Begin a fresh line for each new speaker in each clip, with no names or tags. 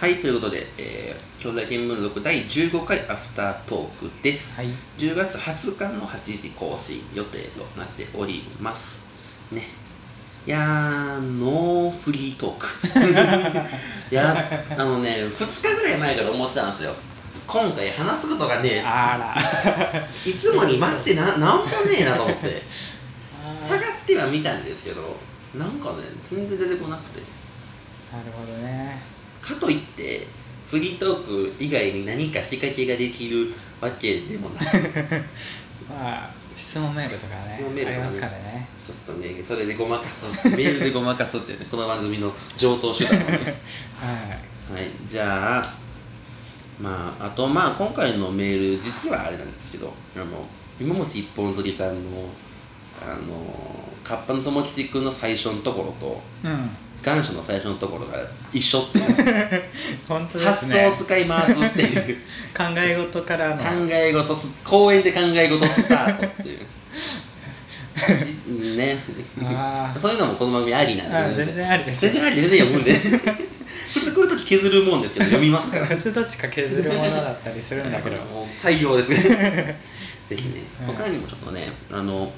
はい、ということで、えー、兄弟見聞録第15回アフタートークです。
はい
10月20日の8時更新予定となっております。ね。いやー、ノーフリート ーク。いや、あのね、2日ぐらい前から思ってたんですよ。今回話すことがね、
あら
いつもにマジでななんもねえなと思って
あー
探しては見たんですけどなんかね全然出てこなくて
なるほどね
かといってフリートーク以外に何か仕掛けができるわけでもない
まあ質問メールとかね
質問メールとかね
ありますからね
ちょっとねそれでごまかすメールでごまかすっていう ねこの番組の上等手段をね
はい
はいじゃあまああとまあ今回のメール実はあれなんですけどあの今もし一本釣りさんのあのカッパの友吉君の最初のところと
うん
願書の最初のところが一緒っていう、
本当で
発
す
想
ね
を使い回すっていう
考え事からの
考え事す公園で考え事スタートっていうじ ね
あー
そういうのもこの番組ありなんで
あ全然ありです
全然あり全然読む んで普通こういう時削るもんですけど読みますから
普通どっちか削るものだったりするんだけどは
もう採用です ねぜひね
はい
他にもちょっとねあの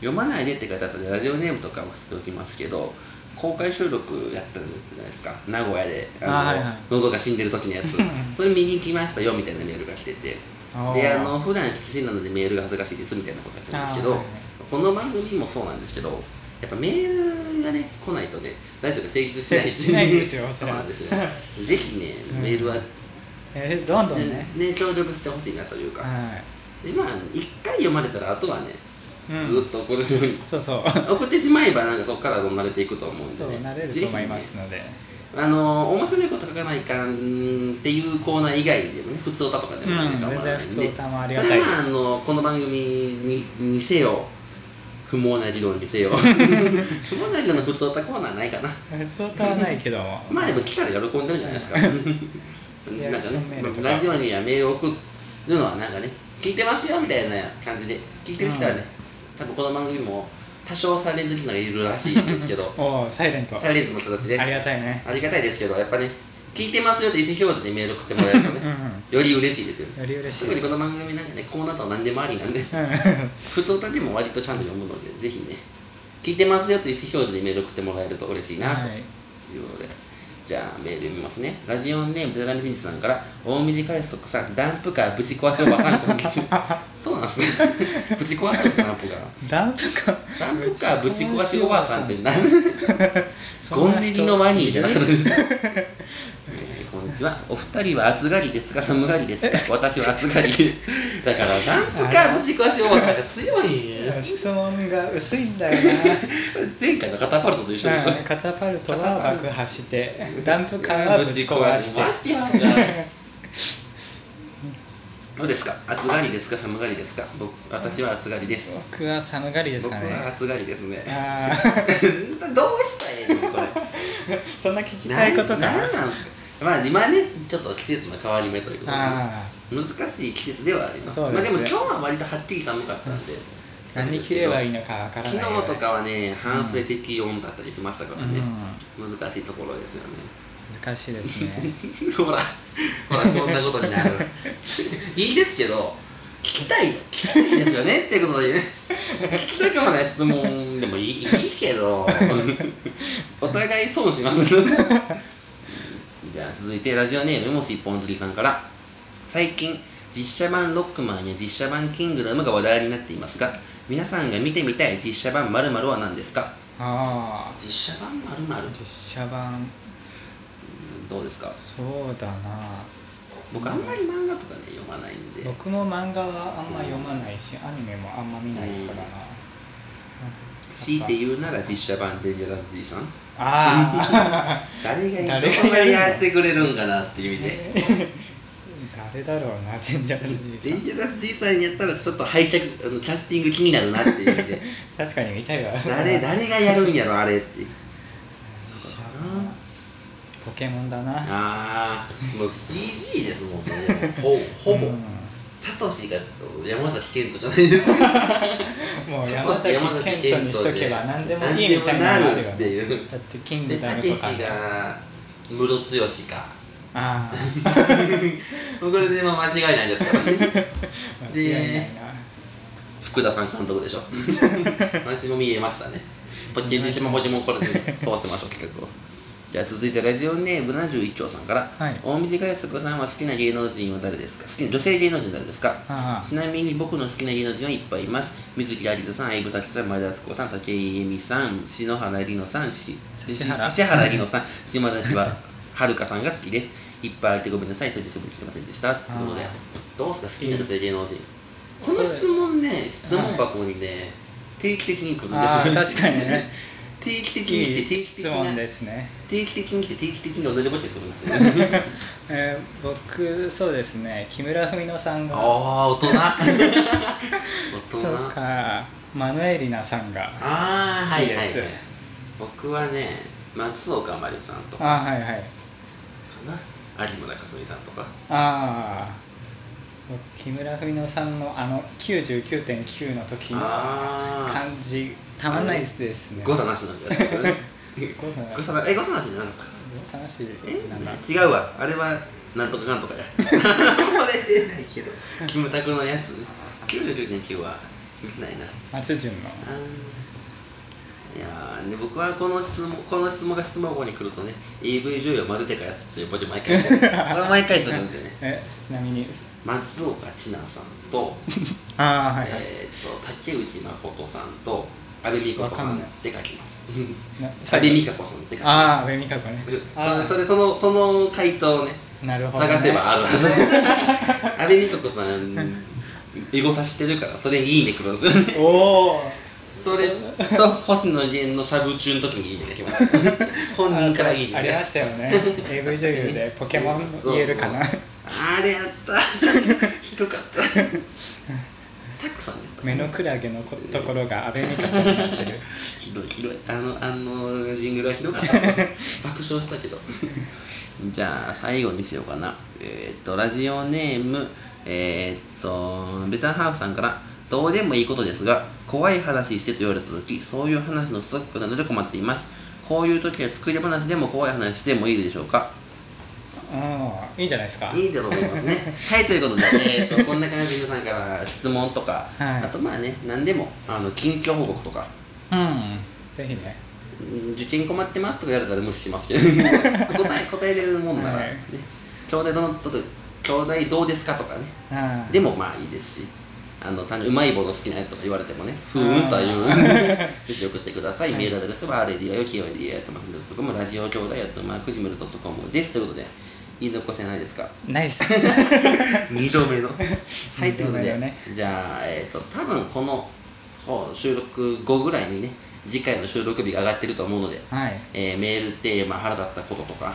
読まないでって書いてあったんでラジオネームとかもしておきますけど公開収録やったんじゃないですか名古屋であの、
あはいはい
喉が死んでる時のや つそれ見に来ましたよみたいなメールがしてて
あー
であの普段聞きなのでメールが恥ずかしいですみたいなことやってるんですけど、
あーはいはい
この番組もそうなんですけどやっぱメールがね来ないとねラジオが成立しない
成立しないですよ
そ
そうれは
なんですよぜひねメールは、
いどんどんね
ねね協力してほしいなというか、
は
でまあ一回読まれたらあとはね、
い、うん、
ずーっとこれるように
そうそう
送ってしまえばなんかそこから慣れていくと思うんで、ね、
そうなれると思いますので、
ぜひねあのー面白いこと書かないかんっていうコーナー以外でもね普通歌とかでもなんか
うん
構わないんで、
全然普通歌もありがたいです
それはまああのこの番組ににせよ不毛な議論にせ よ不毛な議論の普通歌コーナーないかな
そう歌はないけど も
まあでも来たら喜んでるじゃないですか。
リア
なん
クションメール
か
と
ね、
か、
ラジオにはメールを送るのはなんかね、聞いてますよみたいな感じで、聞いてる人はね、多分この番組も多少される人がいるらしいんですけど
おおサイレント
サイレントの人たちで、
あり
あ
がたいね
りがたいですけど、やっぱね、聞いてますよって意思表示でメール送ってもらえると
うん
ね、より嬉しいですよね。
より嬉しい
特
で
にこ
す
の番組なんかね、コーナーとは何でもありなんで、
う
普通歌でも割とちゃんと読むので、ぜひね、聞いてますよと意思表示でメール送ってもらえると嬉しい
ん
なと。
はい
ということでじゃあメール読みますねラジオネーム寺見真司さんから大水快速さんダンプカーぶち壊せばかんこんにちは そうなんすねぶち壊せよダンプカー
ダンプカ
ダンプカ
ー
ーぶち壊しおばあさんって何
そ
ゴ
ん
ン
な
ネ
人
リのワニーじゃなくて えーこんにちはお二人は暑がりですか寒がりです か私は暑がりだからダンプカーぶち壊しおばあさんが 強いん
い
や
や質問が薄いんだよ
前回のカタパルトと一緒
な、
だ
うん、カタパルトは爆破してダンプカーはぶち壊して
どうですか暑がりですか寒がりですか僕私は暑がりです
僕は寒がりですかね
僕は暑がりですね
あ
どう
あ
したらいいのこ れ
そんな聞きたいこ
な
とか
んなんなんですかまあ今ねちょっと季節の変わり目ということでね、
ああ
難しい季節ではあります
そうですね
まあ、でも今日は割とはっきり寒かったんで
何着ればい
い
いのかわからない
昨
よね
日とかはね半袖適温だったりしましたからね、
う
難しいところですよね
難しい ですね
ほら、ほら、こんなことになる。 いいですけど、聞きたい、聞きたいですよねってことでね、聞きたくもない質問でもいいいいけど、 お互い損します。 じゃあ続いてラジオネームもし一本釣りさんから最近実写版ロックマンや実写版キングダムが話題になっていますが皆さんが見てみたい実写版〇〇は何ですか
ああ
実写版〇〇
実写版
どうですか
そうだな
僕あんまり漫画とかね読まないんで
僕も漫画はあんま読まないしアニメもあんま見ないからな、
うん強いて言うなら実写版デンジャラス G さん
ああ
誰が
誰が
どこまで
やるの
やってくれるんかなっていう意味で
誰だろうなジェンジャーズ
デンジャラス G さんやったらちょっと拝借あのキャスティング気になるなっていう意味で
確かに見たいわ
誰誰がやるんやろあれって
実写版ポケモンだな
ああもう CG ですもん ねほほぼ
うん
サトシが山崎賢人じゃないですか
もう山崎賢人にしとけば何でもいいみたいなのあるよ
何でもなるってい
ね
う
だってキン
で
グダ
た
ム
け
と
し
か
がムロツヨシか
ああ
これでまあ間違いないですからね
間違いないな
福田さん監督で しょ私も見えましたねポッケン島ポケモンコレで飛ばせましょう企 画をじゃあ続いてラジオネーム71丁さんから、
はい
大水佳代子さんは好きな芸能人は誰ですか好きな女性芸能人は誰ですか
ああ
ちなみに僕の好きな芸能人はいっぱいいます水木有沙さん相武咲さん前田敦子さん武井絵美さん篠原里乃さんし
指原
指原里乃さん島田千葉遥さんが好きですいっぱいあってごめんなさいそれで処分してませんでしたということでどうですか好きな女性芸能人この質問ね、質問箱にね、定期的に来るん
ああ
です
確かにね
定期的に来て、定
いい
期的
質問
な
です ね、
定期的に来て、定期的に同じことするんだってね
えー僕そうですね木村文乃さんが
あー、大人
と
大人
かマヌエリナさんが
あー、は
好
いはい
きで
はい
す
僕はね、松岡茉優さんとかか
ああはいはい
な有村架純さんとか
ああ木村文乃さんのあの99.9の時の
あー
感じたまんないで すね
誤差なしなんじゃないですか ね
誤差な
誤差なえ、誤差なしじゃなかった
誤差なしなんだ
え違うわあれはなんとかかんと かやこれ出ないけどキムタクのやつ99.9は見てないな
松潤の
あーいやーで僕はこの質問この質問が質問箱に来るとね AV 女優を混ぜてからやつっていうポジ毎回 これは毎回するんでね
えちなみに
松岡千奈さんと
ああはいはい、
えーと竹内誠さんと阿部美香子さんって書きます
な
阿部美香子さんって書きます
ああ阿部美香子ね あ
それそのその回答をね
あなるほど、ね、
探せば あるはず安倍美と子さんエゴサしてるからそれにいいね来るんです よね
おお
それと星野源のしゃぶ中の時にいいね来ます 本人からいいね
ありましたよ ね AV 女優でポケモン言えるかな
そうそうあれや ったひどかったタクさんですか
目のクラゲのこところが阿部美香子に なってる
ひどいひどいあのあのジングルはひどか った爆笑したけどじゃあ最後にしようかなえーっとラジオネームえーっとベターハーフさんからどうでもいいことですが怖い話してと言われた時そういう話の不足なので困っていますこういう時は作り話でも怖い話してもいいでしょうか
うんいいんじゃないですか
いいだと思いますね。 はい、ということで、えー、とこんな感じで皆さんから質問とか、
はい
あとまあね、何でも、あの近況報告とか、
うんぜひね
うん受験困ってますとか言われたら無視しますけ ど答え答えれるもんなら、ね
はい
兄弟どのと兄弟どうですかとかね
うん
でもまあいいですしあの単にうまい棒の好きなやつとか言われてもねふ
あ
ーん
ー
とは言う ぜひ送ってください、メールアドレスは RADIO よきよりやとまふん .com ラジオ兄弟やとまくじむる .com ですということで言い残せないですか
ナイス
二度目の はいということ
二度目
で、
のね
じゃあえっ、と多分このほう収録後ぐらいにね次回の収録日が上がってると思うので
はい
えーメールで、まあ、腹立ったこととか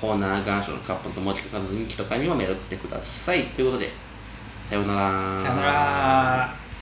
コーナー願書のカップと持ち方ずみきとかにもメール送ってくださいということでさようなら
さよなら